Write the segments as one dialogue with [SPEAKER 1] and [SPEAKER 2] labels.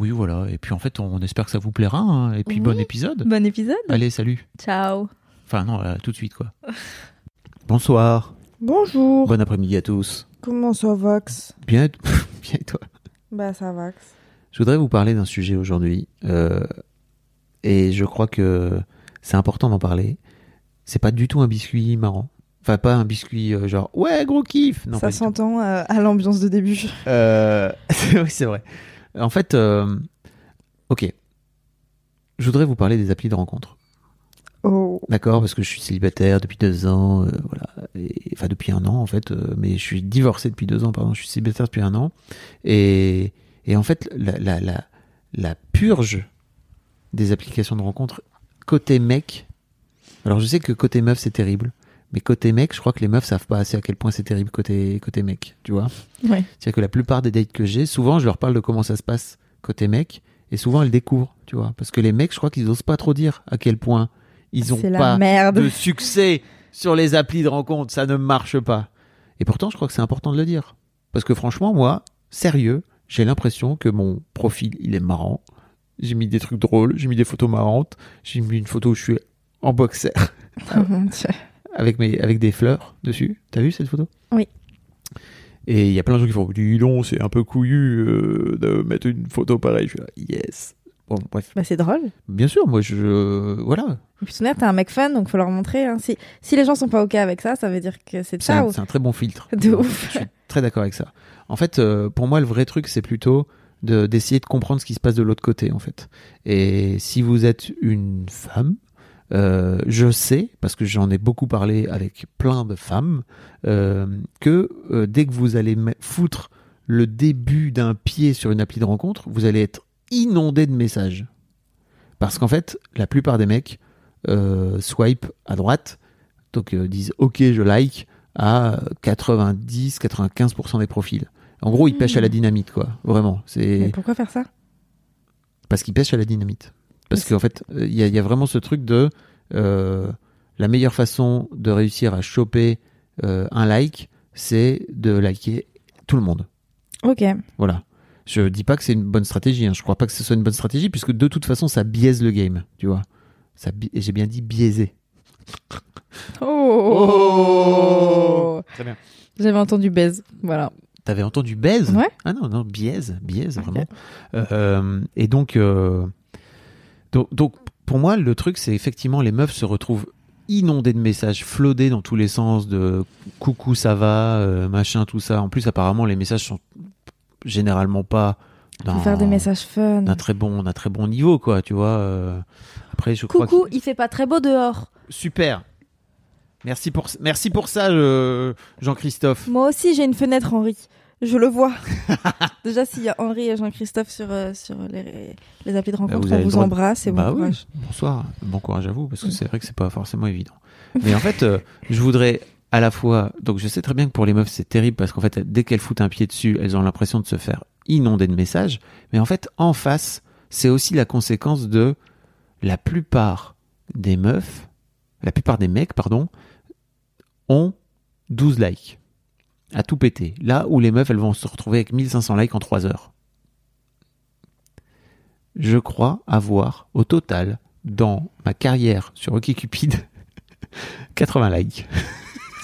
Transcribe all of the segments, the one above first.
[SPEAKER 1] Oui, voilà. Et puis en fait, on espère que ça vous plaira. hein. Et puis
[SPEAKER 2] Oui.
[SPEAKER 1] bon épisode.
[SPEAKER 2] Bon épisode.
[SPEAKER 1] Allez, salut.
[SPEAKER 2] Ciao.
[SPEAKER 1] Enfin non, euh, tout de suite quoi. Bonsoir.
[SPEAKER 3] Bonjour.
[SPEAKER 1] Bon après-midi à tous.
[SPEAKER 3] Comment ça vax
[SPEAKER 1] Bien, et- bien et toi
[SPEAKER 3] Bah ça vax.
[SPEAKER 1] Je voudrais vous parler d'un sujet aujourd'hui, euh, et je crois que c'est important d'en parler. C'est pas du tout un biscuit marrant. Enfin, pas un biscuit euh, genre ouais, gros kiff. Non,
[SPEAKER 3] ça
[SPEAKER 1] pas du
[SPEAKER 3] s'entend euh, à l'ambiance de début.
[SPEAKER 1] tout. Euh, oui, c'est vrai. En fait, euh, ok. Je voudrais vous parler des applis de rencontre.
[SPEAKER 3] Oh.
[SPEAKER 1] D'accord Parce que je suis célibataire depuis deux ans, euh, voilà. Et- enfin, depuis un an en fait, euh, mais je suis divorcé depuis deux ans, pardon. Je suis célibataire depuis un an. Et, et en fait, la, la, la, la purge des applications de rencontre côté mec. Alors, je sais que côté meuf, c'est terrible. Mais côté mec, je crois que les meufs savent pas assez à quel point c'est terrible côté, côté mec, tu vois.
[SPEAKER 2] Ouais.
[SPEAKER 1] C'est-à-dire que la plupart des dates que j'ai, souvent, je leur parle de comment ça se passe côté mec. Et souvent, elles découvrent, tu vois. Parce que les mecs, je crois qu'ils osent pas trop dire à quel point ils ont
[SPEAKER 2] C'est
[SPEAKER 1] pas
[SPEAKER 2] la
[SPEAKER 3] Ah bah
[SPEAKER 2] merde.
[SPEAKER 1] de succès sur les applis de rencontre, ça ne marche pas. Et pourtant, je crois que c'est important de le dire. Parce que franchement, moi, sérieux, j'ai l'impression que mon profil, il est marrant. J'ai mis des trucs drôles, j'ai mis des photos marrantes, j'ai mis une photo où je suis en boxer
[SPEAKER 2] Bah,
[SPEAKER 1] avec, mes, avec des fleurs dessus. T'as vu cette photo
[SPEAKER 2] Oui.
[SPEAKER 1] Et il y a plein de gens qui font Dis donc, c'est un peu couillu euh, de mettre une photo pareille. Je suis là, yes. Bon, bref.
[SPEAKER 2] Bah, c'est drôle.
[SPEAKER 1] Bien sûr, moi, je. Voilà.
[SPEAKER 2] Et puis, tout t'es un mec fan, donc faut leur montrer. hein. Si, si les gens sont pas OK avec ça, ça veut dire que c'est
[SPEAKER 1] C'est un,
[SPEAKER 2] ciao.
[SPEAKER 1] c'est un très bon filtre.
[SPEAKER 2] De ouf.
[SPEAKER 1] Je suis très d'accord avec ça. En fait, euh, pour moi, le vrai truc, c'est plutôt de- d'essayer de, comprendre ce qui se passe de l'autre côté, en fait. Et si vous êtes une femme, euh, je sais, parce que j'en ai beaucoup parlé avec plein de femmes, euh, que euh, dès que vous allez me- foutre le début d'un pied sur une appli de rencontre, vous allez être inondé de messages. Parce qu'en fait, la plupart des mecs euh, swipe à droite, donc euh, disent OK, je like, à 90-95% des profils. En gros, ils pêchent à la dynamite, quoi. Vraiment.
[SPEAKER 2] Mais
[SPEAKER 1] C'est
[SPEAKER 2] pourquoi faire ça
[SPEAKER 1] parce qu'ils pêchent à la dynamite. Parce
[SPEAKER 2] Mais
[SPEAKER 1] qu'en fait, euh, il y, a- y a vraiment ce truc de euh, la meilleure façon de réussir à choper euh, un like, c'est de liker tout le monde.
[SPEAKER 2] OK.
[SPEAKER 1] Voilà. Je dis pas que c'est une bonne stratégie. Hein. Je crois pas que ce soit une bonne stratégie puisque de toute façon, ça biaise le game. Tu vois. Ça, bi- et j'ai bien dit biaisé.
[SPEAKER 2] Oh,
[SPEAKER 1] Très bien.
[SPEAKER 2] J'avais entendu baise. Voilà.
[SPEAKER 1] T'avais entendu baise
[SPEAKER 2] Ouais.
[SPEAKER 1] Ah non, non, biaise, biaise, vraiment. Euh, et donc, euh, donc, donc, pour moi, le truc, c'est effectivement, les meufs se retrouvent inondées de messages, flodées dans tous les sens, de coucou, ça va, euh, machin, tout ça. En plus, apparemment, les messages sont généralement pas
[SPEAKER 2] Faut
[SPEAKER 1] d'un
[SPEAKER 2] faire des messages fun.
[SPEAKER 1] d'un très, bon, d'un très bon niveau, quoi, tu vois. euh. après, je crois
[SPEAKER 2] Coucou,
[SPEAKER 1] que...
[SPEAKER 2] il fait pas très beau dehors.
[SPEAKER 1] Super Merci pour, merci pour ça, euh, Jean-Christophe.
[SPEAKER 2] Moi aussi, j'ai une fenêtre, Henri. Je le vois.
[SPEAKER 1] Bah,
[SPEAKER 2] Déjà, s'il y a Henri et Jean-Christophe sur, euh, sur les, les applis de rencontre,
[SPEAKER 1] vous avez
[SPEAKER 2] on
[SPEAKER 1] le
[SPEAKER 2] vous
[SPEAKER 1] droit de-
[SPEAKER 2] embrasse et bon
[SPEAKER 1] Bah oui.
[SPEAKER 2] courage.
[SPEAKER 1] Bonsoir, bon courage à vous, parce que c'est vrai que c'est pas forcément évident. Mais en fait, euh, je voudrais à la fois. Donc, je sais très bien que pour les meufs, c'est terrible, parce qu'en fait, dès qu'elles foutent un pied dessus, elles ont l'impression de se faire inonder de messages. Mais en fait, en face, c'est aussi la conséquence de la plupart des meufs, la plupart des mecs, pardon, ont 12 likes à tout péter. Là où les meufs, elles vont se retrouver avec 1500 likes en 3 heures. Je crois avoir au total dans ma carrière sur OkCupid 80 likes.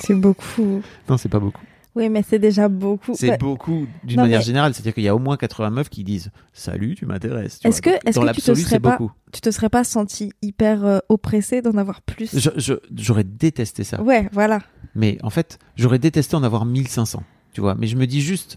[SPEAKER 3] C'est beaucoup.
[SPEAKER 1] Non, c'est pas beaucoup.
[SPEAKER 3] Oui, mais c'est déjà beaucoup.
[SPEAKER 1] C'est
[SPEAKER 3] Bah,
[SPEAKER 1] beaucoup d'une
[SPEAKER 3] non,
[SPEAKER 1] manière
[SPEAKER 3] mais-
[SPEAKER 1] générale. C'est-à-dire qu'il y a au moins 80 meufs qui disent Salut, tu m'intéresses. Tu
[SPEAKER 3] Est-ce
[SPEAKER 1] vois,
[SPEAKER 3] que-
[SPEAKER 1] donc,
[SPEAKER 3] est-ce
[SPEAKER 1] dans
[SPEAKER 3] que tu te
[SPEAKER 1] l'absolu,
[SPEAKER 3] serais
[SPEAKER 1] c'est
[SPEAKER 3] pas-
[SPEAKER 1] beaucoup.
[SPEAKER 3] Tu te serais pas senti hyper euh, oppressé d'en avoir plus
[SPEAKER 1] Je- je- J'aurais détesté ça.
[SPEAKER 3] Ouais, voilà.
[SPEAKER 1] Mais en fait, j'aurais détesté en avoir 1500. Tu vois, mais je me dis juste,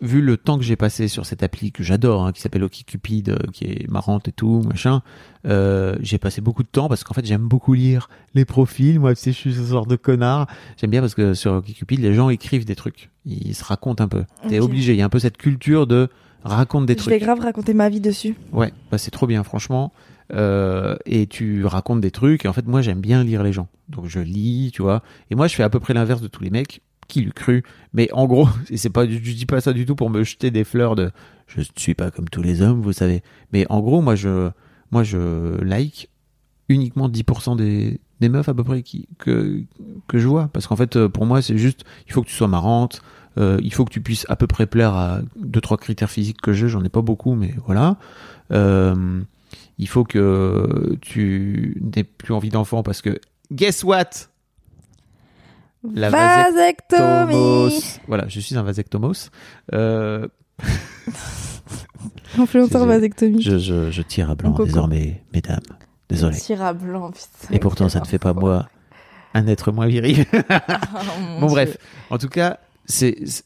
[SPEAKER 1] vu le temps que j'ai passé sur cette appli que j'adore, hein, qui s'appelle OkCupid, euh, qui est marrante et tout, machin, euh, j'ai passé beaucoup de temps parce qu'en fait, j'aime beaucoup lire les profils. Moi, si je suis ce genre de connard, j'aime bien parce que sur OkCupid, les gens écrivent des trucs. Ils se racontent un peu. T'es
[SPEAKER 3] Ok.
[SPEAKER 1] obligé. Il y a un peu cette culture de raconte des
[SPEAKER 3] je
[SPEAKER 1] trucs.
[SPEAKER 3] vais grave raconter ma vie dessus.
[SPEAKER 1] Ouais, bah c'est trop bien, franchement. Euh, et tu racontes des trucs. Et en fait, moi, j'aime bien lire les gens. Donc, je lis, tu vois. Et moi, je fais à peu près l'inverse de tous les mecs. Qui l'eût cru Mais en gros, et c'est pas, je dis pas ça du tout pour me jeter des fleurs de. Je ne suis pas comme tous les hommes, vous savez. Mais en gros, moi, je, moi, je like uniquement 10% des, des meufs à peu près qui, que, que je vois. Parce qu'en fait, euh, pour moi, c'est juste, il faut que tu sois marrante. euh, il faut que tu puisses à peu près plaire à deux trois critères physiques que j'ai. J'en ai pas beaucoup, mais voilà. Euh, il faut que tu n'aies plus envie d'enfant parce que guess what La
[SPEAKER 3] vasectomie.
[SPEAKER 1] Tomos. Voilà, je suis un vasectomos. Euh,
[SPEAKER 3] Influenceur
[SPEAKER 1] C'est-
[SPEAKER 3] vasectomie.
[SPEAKER 1] je, je- je tire à blanc
[SPEAKER 3] Mon coco.
[SPEAKER 1] désormais, mesdames. Désolé.
[SPEAKER 3] Tire à blanc, putain.
[SPEAKER 1] Et pourtant, ça ne fait pas moi un être moins viril.
[SPEAKER 3] Oh,
[SPEAKER 1] bon, bref. En tout cas, c'est c'est-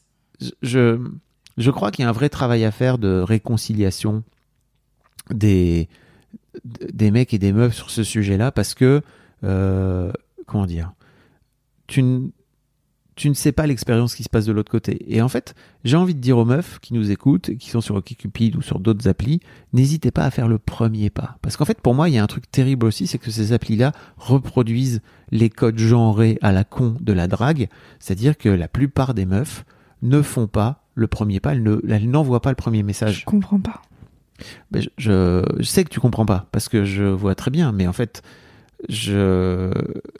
[SPEAKER 1] je je crois qu'il y a un vrai travail à faire de réconciliation des des mecs et des meufs sur ce sujet-là parce que euh, comment dire tu ne tu ne sais pas l'expérience qui se passe de l'autre côté. Et en fait, j'ai envie de dire aux meufs qui nous écoutent, qui sont sur OkCupid ou sur d'autres applis, n'hésitez pas à faire le premier pas. Parce qu'en fait, pour moi, il y a un truc terrible aussi, c'est que ces applis-là reproduisent les codes genrés à la con de la drague, c'est-à-dire que la plupart des meufs ne font pas le premier pas, elles ne- elles n'envoient pas le premier message.
[SPEAKER 3] Je comprends pas.
[SPEAKER 1] Ben, je, je- je sais que tu comprends pas, parce que je vois très bien, mais en fait, je...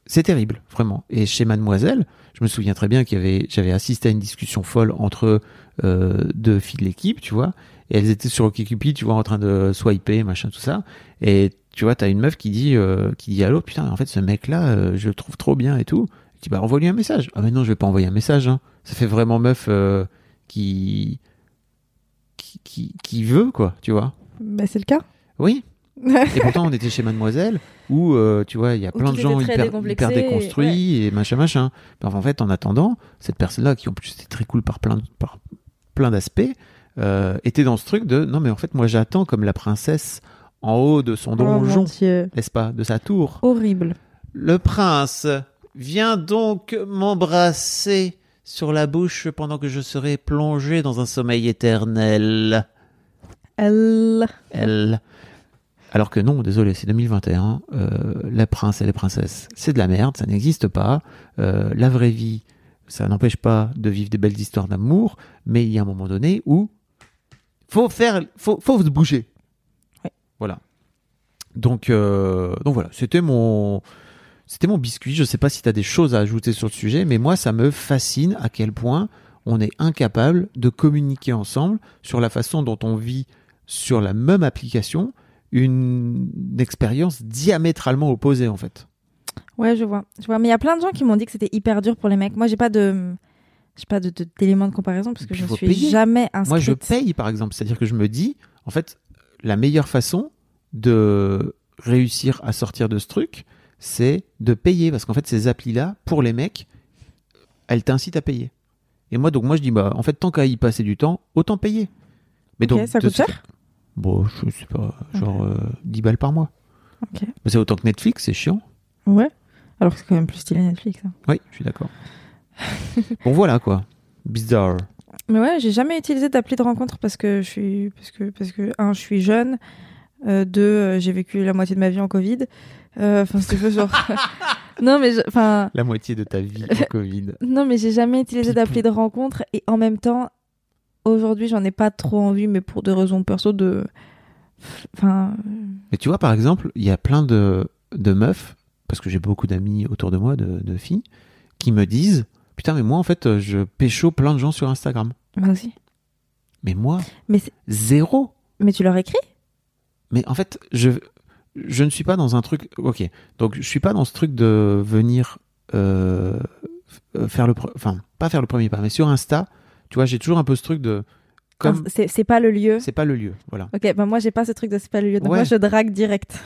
[SPEAKER 1] c'est terrible, vraiment. Et chez Mademoiselle, je me souviens très bien qu'il y avait, j'avais assisté à une discussion folle entre euh, deux filles de l'équipe, tu vois, et elles étaient sur OkCupid, tu vois, en train de swiper, machin, tout ça, et tu vois, t'as une meuf qui dit, euh, qui dit à l'autre, putain, en fait, ce mec-là, euh, je le trouve trop bien et tout. Je dis, bah, envoie-lui un message. Ah, mais non, je vais pas envoyer un message, hein. Ça fait vraiment meuf euh, qui... Qui, qui, qui veut quoi tu vois
[SPEAKER 3] Bah, c'est le cas.
[SPEAKER 1] oui. Et pourtant, on était chez Mademoiselle, où, euh, tu vois, il y a
[SPEAKER 2] Où
[SPEAKER 1] plein
[SPEAKER 2] tout
[SPEAKER 1] de gens
[SPEAKER 2] était très
[SPEAKER 1] hyper,
[SPEAKER 2] décomplexé,
[SPEAKER 1] hyper déconstruits et machin, machin. Mais enfin, en fait, en attendant, cette personne-là, qui en plus était très cool par plein, par plein d'aspects, euh, était dans ce truc de non, mais en fait, moi, j'attends comme la princesse en haut de son
[SPEAKER 3] Oh mon
[SPEAKER 1] donjon,
[SPEAKER 3] Dieu.
[SPEAKER 1] n'est-ce pas, de sa tour.
[SPEAKER 3] Horrible.
[SPEAKER 1] Le prince, viens donc m'embrasser sur la bouche pendant que je serai plongé dans un sommeil éternel.
[SPEAKER 3] Elle.
[SPEAKER 1] Elle. Alors que non, désolé, c'est 2021. euh, la prince et les princesses, c'est de la merde, ça n'existe pas. Euh, la vraie vie, ça n'empêche pas de vivre des belles histoires d'amour, mais il y a un moment donné où faut faire, faut, faut se bouger.
[SPEAKER 3] Ouais.
[SPEAKER 1] Voilà. Donc, euh, donc voilà, c'était mon, c'était mon biscuit. Je sais pas si tu as des choses à ajouter sur le sujet, mais moi, ça me fascine à quel point on est incapable de communiquer ensemble sur la façon dont on vit sur la même application une expérience diamétralement opposée en fait.
[SPEAKER 3] Ouais, je vois. Je vois. Mais il y a plein de gens qui m'ont dit que c'était hyper dur pour les mecs. Moi, j'ai pas de. J'ai pas de- de- d'éléments de, comparaison parce que
[SPEAKER 1] Puis
[SPEAKER 3] je ne
[SPEAKER 1] faut
[SPEAKER 3] suis
[SPEAKER 1] payer.
[SPEAKER 3] jamais inscrite.
[SPEAKER 1] Moi je paye par exemple, c'est-à-dire que je me dis en fait la meilleure façon de réussir à sortir de ce truc, c'est de payer parce qu'en fait ces applis là pour les mecs, elles t'incitent à payer. Et moi donc moi je dis bah en fait tant qu'à y passer du temps, autant payer. Mais
[SPEAKER 3] Ok, ça
[SPEAKER 1] de-
[SPEAKER 3] coûte cher
[SPEAKER 1] Bon, je sais pas, genre euh, 10 balles par mois.
[SPEAKER 3] Ok.
[SPEAKER 1] Mais C'est autant que Netflix, c'est chiant.
[SPEAKER 3] Ouais. Alors que c'est quand même plus stylé Netflix. hein.
[SPEAKER 1] Oui, je suis d'accord. bon, voilà quoi. Bizarre.
[SPEAKER 3] Mais ouais, j'ai jamais utilisé d'appli de rencontre parce que je suis parce que parce que un, je suis jeune, euh, deux, euh, j'ai vécu la moitié de ma vie en Covid. Euh, Enfin, c'était peu genre. non mais je- enfin
[SPEAKER 1] La moitié de ta vie au Covid.
[SPEAKER 3] non mais j'ai jamais utilisé
[SPEAKER 1] Pipou.
[SPEAKER 3] d'appli de rencontre et en même temps aujourd'hui j'en ai pas trop envie mais pour des raisons perso de enfin
[SPEAKER 1] Mais tu vois, par exemple, il y a plein de, de meufs, parce que j'ai beaucoup d'amis autour de moi, de, de filles, qui me disent Putain, mais moi, en fait, euh, je pécho plein de gens sur Instagram.
[SPEAKER 3] moi aussi.
[SPEAKER 1] Mais moi,
[SPEAKER 3] Mais c'est-
[SPEAKER 1] zéro.
[SPEAKER 3] Mais tu leur écris
[SPEAKER 1] Mais en fait, je, je ne suis pas dans un truc. Ok, donc je suis pas dans ce truc de venir euh, euh, faire le, pre- enfin pas faire le premier pas, mais sur Insta, tu vois, j'ai toujours un peu ce truc de comme
[SPEAKER 3] Ah, C'est c'est pas le lieu.
[SPEAKER 1] c'est pas le lieu, voilà.
[SPEAKER 3] Ok, bah moi j'ai pas ce truc de c'est pas le lieu. Donc
[SPEAKER 1] Ouais.
[SPEAKER 3] moi je drague direct.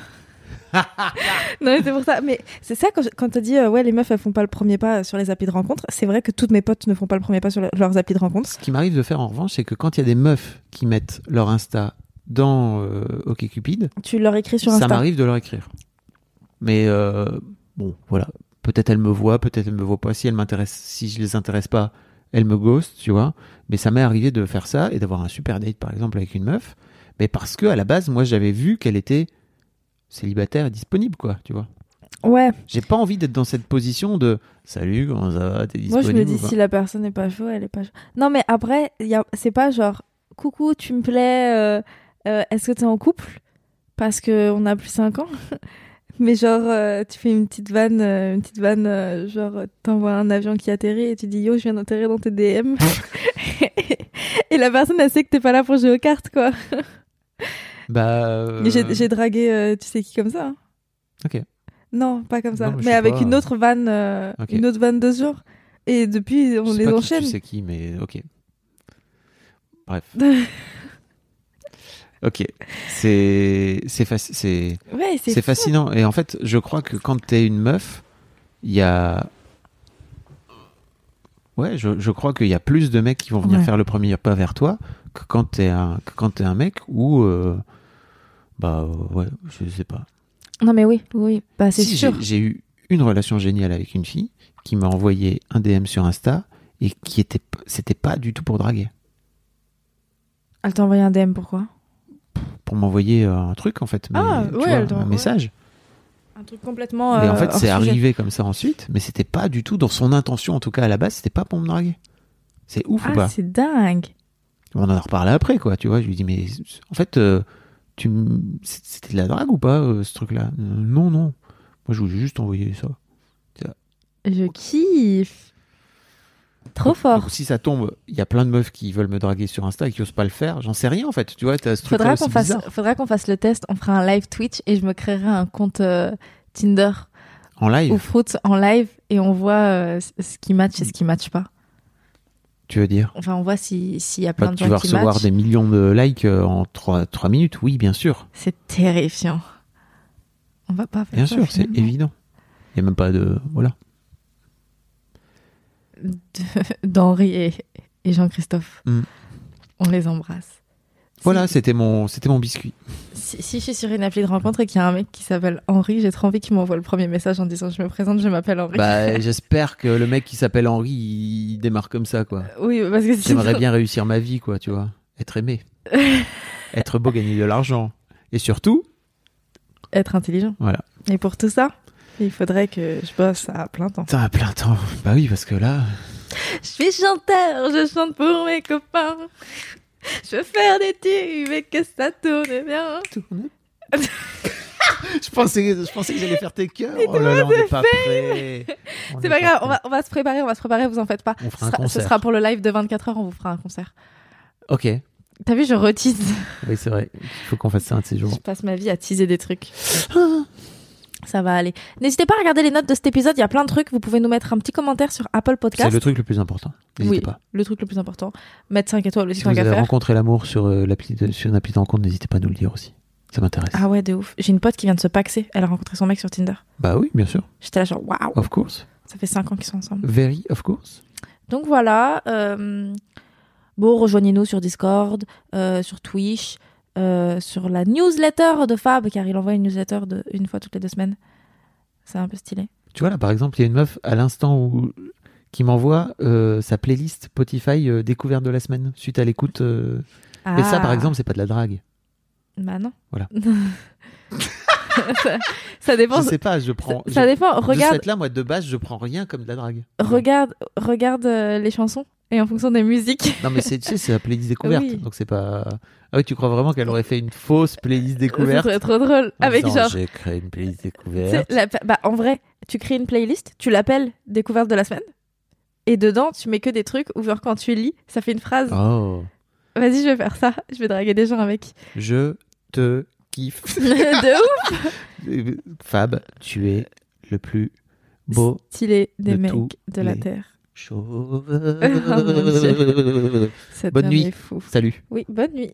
[SPEAKER 3] non mais c'est pour ça. Mais c'est ça quand, je- quand t'as dit euh, ouais les meufs elles font pas le premier pas sur les applis de rencontre. C'est vrai que toutes mes potes ne font pas le premier pas sur le- leurs applis de rencontre.
[SPEAKER 1] Ce qui m'arrive de faire en revanche, c'est que quand il y a des meufs qui mettent leur Insta dans euh, OkCupid,
[SPEAKER 3] Tu leur écris sur
[SPEAKER 1] ça
[SPEAKER 3] Insta.
[SPEAKER 1] m'arrive de leur écrire. Mais euh, bon, voilà. Peut-être elles me voient, peut-être elles me voient pas. Si elles m'intéressent, si je les intéresse pas, elles me ghostent, tu vois. Mais ça m'est arrivé de faire ça et d'avoir un super date par exemple avec une meuf, mais parce que à la base, moi, j'avais vu qu'elle était célibataire et disponible, quoi, tu vois.
[SPEAKER 3] Ouais.
[SPEAKER 1] J'ai pas envie d'être dans cette position de salut, comment ça va, t'es
[SPEAKER 3] Moi
[SPEAKER 1] disponible
[SPEAKER 3] je me dis
[SPEAKER 1] ou pas
[SPEAKER 3] si la personne n'est pas chaud elle est pas chaud. Non mais après il y a- c'est pas genre coucou tu me plais euh, euh, est-ce que t'es en couple parce que on a plus 5 ans. Mais genre, euh, tu fais une petite vanne, euh, une petite vanne, euh, genre, euh, t'envoies un avion qui atterrit et tu dis yo, je viens d'atterrir dans tes DM. et la personne, elle sait que t'es pas là pour jouer aux cartes, quoi.
[SPEAKER 1] Bah, euh,
[SPEAKER 3] Mais J'ai j'ai dragué, euh, tu sais qui, comme ça. hein.
[SPEAKER 1] Ok.
[SPEAKER 3] Non, pas comme ça.
[SPEAKER 1] Non, mais
[SPEAKER 3] mais
[SPEAKER 1] je sais
[SPEAKER 3] avec
[SPEAKER 1] pas.
[SPEAKER 3] une autre vanne, euh,
[SPEAKER 1] Ok.
[SPEAKER 3] une autre vanne de ce genre. Et depuis,
[SPEAKER 1] je
[SPEAKER 3] on
[SPEAKER 1] sais
[SPEAKER 3] les
[SPEAKER 1] pas qui
[SPEAKER 3] enchaîne.
[SPEAKER 1] Tu sais qui, mais ok. Bref. ok. C'est c'est faci- c'est
[SPEAKER 3] Ouais, c'est
[SPEAKER 1] c'est fascinant. Et en fait, je crois que quand t'es une meuf, il y a ouais, je, je crois qu'il y a plus de mecs qui vont venir
[SPEAKER 3] Ouais.
[SPEAKER 1] faire le premier pas vers toi que quand t'es un que quand t'es un mec ou euh, bah euh, ouais, je sais pas.
[SPEAKER 3] Non, mais oui, oui, bah c'est
[SPEAKER 1] Si,
[SPEAKER 3] sûr.
[SPEAKER 1] j'ai- J'ai eu une relation géniale avec une fille qui m'a envoyé un DM sur Insta et qui était p- c'était pas du tout pour draguer,
[SPEAKER 3] Elle t'a envoyé un DM, pourquoi
[SPEAKER 1] pour m'envoyer euh, un truc en fait, mais,
[SPEAKER 3] Ah,
[SPEAKER 1] tu
[SPEAKER 3] ouais,
[SPEAKER 1] vois,
[SPEAKER 3] elle doit-
[SPEAKER 1] un message.
[SPEAKER 3] Un truc complètement.
[SPEAKER 1] mais
[SPEAKER 3] euh,
[SPEAKER 1] en fait,
[SPEAKER 3] hors
[SPEAKER 1] c'est
[SPEAKER 3] sujet.
[SPEAKER 1] arrivé comme ça ensuite, mais c'était pas du tout dans son intention en tout cas à la base, c'était pas pour me draguer. C'est ouf ou
[SPEAKER 3] Ah,
[SPEAKER 1] pas
[SPEAKER 3] c'est dingue.
[SPEAKER 1] On en a reparlé après quoi, tu vois, je lui dis mais en fait euh, tu m- c'est- c'était de la drague ou pas euh, ce truc là Non non. Moi je voulais juste envoyer ça.
[SPEAKER 3] Je kiffe. Trop
[SPEAKER 1] Donc-
[SPEAKER 3] fort.
[SPEAKER 1] donc si ça tombe, il y a plein de meufs qui veulent me draguer sur Insta et qui osent pas le faire. J'en sais rien en fait. Tu vois, t'as ce truc euh,
[SPEAKER 3] Faudra qu'on fasse, faudra qu'on fasse le test. On fera un live Twitch et je me créerai un compte euh, Tinder
[SPEAKER 1] En live,
[SPEAKER 3] ou Fruit en live et on voit euh, c- ce qui match et
[SPEAKER 1] Mm.
[SPEAKER 3] ce qui match pas.
[SPEAKER 1] tu veux dire
[SPEAKER 3] Enfin, on voit si- s'il y a
[SPEAKER 1] Bah,
[SPEAKER 3] plein de
[SPEAKER 1] Tu
[SPEAKER 3] gens
[SPEAKER 1] vas
[SPEAKER 3] qui
[SPEAKER 1] recevoir
[SPEAKER 3] matchent.
[SPEAKER 1] des millions de likes euh, en 3, minutes. Oui, bien sûr.
[SPEAKER 3] C'est terrifiant. On va pas faire
[SPEAKER 1] Bien
[SPEAKER 3] ça,
[SPEAKER 1] sûr, c'est
[SPEAKER 3] finalement.
[SPEAKER 1] évident. Il n'y a même pas de. Voilà.
[SPEAKER 3] D'Henri et, et Jean-Christophe.
[SPEAKER 1] Mm.
[SPEAKER 3] On les embrasse.
[SPEAKER 1] Voilà,
[SPEAKER 3] Si-
[SPEAKER 1] c'était mon, c'était mon biscuit.
[SPEAKER 3] Si, si je suis sur une appli de rencontre et qu'il y a un mec qui s'appelle Henri, j'ai trop envie qu'il m'envoie le premier message en disant Je me présente, je m'appelle Henri.
[SPEAKER 1] Bah, j'espère que le mec qui s'appelle Henri, il démarre comme ça, quoi.
[SPEAKER 3] oui, parce que sinon-
[SPEAKER 1] J'aimerais bien réussir ma vie, quoi, tu vois. Être aimé. Être beau, gagner de l'argent. Et surtout,
[SPEAKER 3] être intelligent.
[SPEAKER 1] Voilà.
[SPEAKER 3] Et pour tout ça, il faudrait que je bosse à plein temps.
[SPEAKER 1] putain, à plein temps. Bah oui, parce que là.
[SPEAKER 3] Je suis chanteur, je chante pour mes copains. Je veux faire des tubes et que ça tourne bien.
[SPEAKER 1] je pensais, je pensais que j'allais faire tes cœurs. Oh là là, on n'est pas prêts. On
[SPEAKER 3] C'est
[SPEAKER 1] est
[SPEAKER 3] pas grave,
[SPEAKER 1] prêts.
[SPEAKER 3] on va, on va se préparer, on va se préparer, vous en faites pas.
[SPEAKER 1] On
[SPEAKER 3] Ce
[SPEAKER 1] fera un
[SPEAKER 3] sera, ce
[SPEAKER 1] concert.
[SPEAKER 3] sera pour le live de 24 heures, on vous fera un concert.
[SPEAKER 1] Ok,
[SPEAKER 3] T'as vu, je retise.
[SPEAKER 1] oui, c'est vrai. Il faut qu'on fasse ça un de ces
[SPEAKER 3] Je
[SPEAKER 1] jours.
[SPEAKER 3] passe ma vie à teaser des trucs. Ça va aller. N'hésitez pas à regarder les notes de cet épisode, il y a plein de trucs. Vous pouvez nous mettre un petit commentaire sur Apple
[SPEAKER 1] C'est
[SPEAKER 3] Podcast.
[SPEAKER 1] le truc le plus important. N'hésitez
[SPEAKER 3] Oui.
[SPEAKER 1] pas.
[SPEAKER 3] Le truc le plus important. Mettre 5 étoiles aussi,
[SPEAKER 1] Si
[SPEAKER 3] tant
[SPEAKER 1] vous
[SPEAKER 3] qu'à
[SPEAKER 1] avez
[SPEAKER 3] faire.
[SPEAKER 1] rencontré l'amour sur, euh, l'appli de- sur une appli de rencontre, n'hésitez pas à nous le dire aussi. Ça m'intéresse.
[SPEAKER 3] Ah ouais, de ouf. J'ai une pote qui vient de se paxer. Elle a rencontré son mec sur Tinder.
[SPEAKER 1] Bah oui, bien sûr.
[SPEAKER 3] J'étais là genre waouh,
[SPEAKER 1] Of course.
[SPEAKER 3] ça fait 5 ans qu'ils sont ensemble.
[SPEAKER 1] Very, of course.
[SPEAKER 3] Donc voilà, euh, bon rejoignez-nous sur Discord, euh, sur Twitch, euh, sur la newsletter de Fab car il envoie une newsletter de une fois toutes les deux semaines. C'est un peu stylé.
[SPEAKER 1] Tu vois, là, par exemple, il y a une meuf à l'instant où qui m'envoie euh, sa playlist Spotify euh, découverte de la semaine suite à l'écoute. euh, Et ça,
[SPEAKER 3] Ah.
[SPEAKER 1] par exemple, c'est pas de la drague.
[SPEAKER 3] Bah non.
[SPEAKER 1] Voilà.
[SPEAKER 3] ça, ça dépend.
[SPEAKER 1] Je sais pas, je prends.
[SPEAKER 3] ça
[SPEAKER 1] je-
[SPEAKER 3] dépend.
[SPEAKER 1] De
[SPEAKER 3] Regarde,
[SPEAKER 1] cette là, moi, de base, je prends rien comme de la drague.
[SPEAKER 3] regarde, regarde euh, les chansons et en fonction des musiques.
[SPEAKER 1] Non, mais c'est, tu sais, c'est la playlist découverte.
[SPEAKER 3] Oui.
[SPEAKER 1] Donc, c'est pas. Ah oui, tu crois vraiment qu'elle aurait fait une fausse playlist
[SPEAKER 3] C'est
[SPEAKER 1] découverte Ah,
[SPEAKER 3] serait trop drôle.
[SPEAKER 1] en
[SPEAKER 3] Avec
[SPEAKER 1] disant,
[SPEAKER 3] genre.
[SPEAKER 1] J'ai créé une playlist
[SPEAKER 3] C'est
[SPEAKER 1] découverte.
[SPEAKER 3] la- bah, en vrai, tu crées une playlist, tu l'appelles découverte de la semaine, et dedans, tu mets que des trucs où, genre, quand tu lis, ça fait une phrase.
[SPEAKER 1] Oh,
[SPEAKER 3] Vas-y, je vais faire ça, je vais draguer des gens avec.
[SPEAKER 1] je te kiffe.
[SPEAKER 3] de ouf
[SPEAKER 1] Fab, tu es le plus beau
[SPEAKER 2] Stylé des
[SPEAKER 1] de
[SPEAKER 2] mecs
[SPEAKER 1] tous
[SPEAKER 2] de la
[SPEAKER 1] les
[SPEAKER 2] Terre.
[SPEAKER 3] Ah,
[SPEAKER 1] chauve.
[SPEAKER 2] mon Dieu. Cette
[SPEAKER 1] Bonne
[SPEAKER 2] femme
[SPEAKER 1] nuit.
[SPEAKER 2] est fou.
[SPEAKER 1] Salut.
[SPEAKER 2] Oui, bonne nuit.